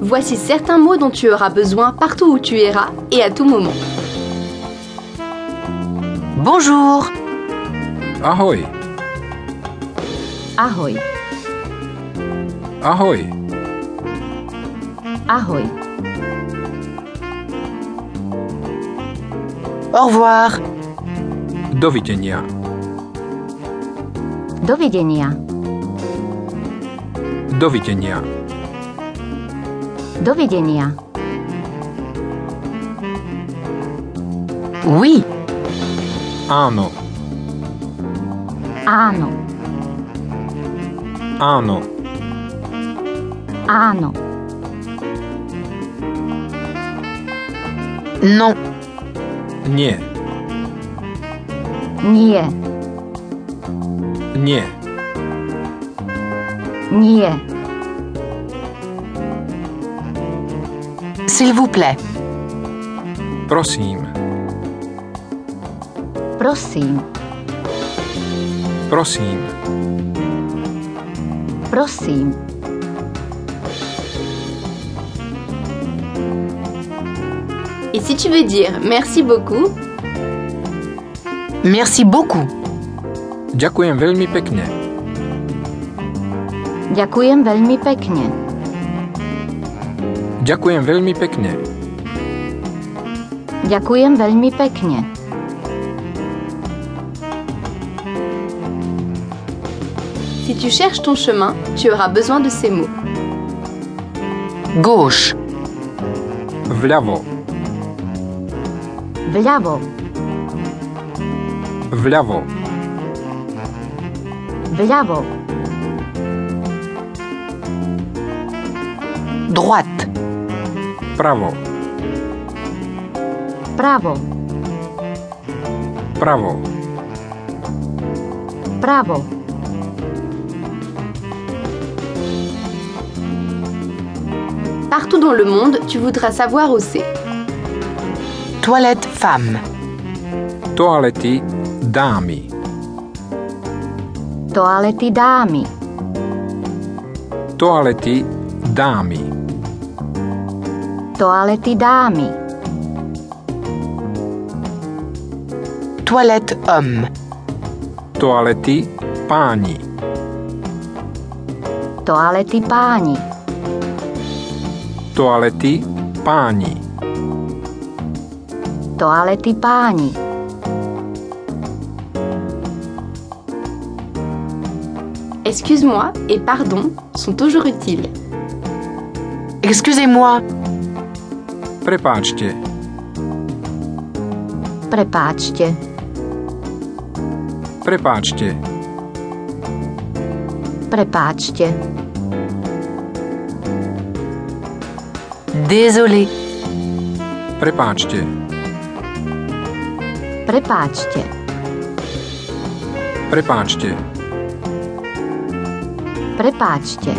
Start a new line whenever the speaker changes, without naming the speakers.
Voici certains mots dont tu auras besoin partout où tu iras et à tout moment.
Bonjour.
Ahoj,
Ahoj.
ahoj,
Ahoj. Au revoir.
dovidenia,
Dovidenia.
dovidenia,
Dovidenia. Oui.
áno,
Áno.
áno,
Áno. Non.
nie,
Nie.
nie,
Nie. S'il vous plaît.
prosím,
Prosím.
prosím,
Prosím.
Et si tu veux dire merci beaucoup,
Merci beaucoup.
ďakujem veľmi pekne,
Ďakujem veľmi pekne.
ďakujem veľmi pekne,
Ďakujem veľmi pekne.
si tu cherches ton chemin, tu auras besoin de ces mots.
Gauche.
vľavo,
Vľavo.
vľavo,
Vľavo. Droite.
pravo,
Pravo.
pravo,
Pravo.
Partout dans le monde, tu voudras savoir où c'est.
Toilette femme.
toalety, dámy,
Toalety dámy.
toalety, dámy,
Toalety dámy. Toilette homme.
toalety, páni,
Toalety páni.
toalety, páni,
Toalety páni.
Excuse-moi et pardon sont toujours utiles.
Excusez-moi.
prepáčte,
Prepáčte.
prepáčte,
Prepáčte. Désolé.
prepáčte,
Prepáčte.
prepáčte,
Prepáčte.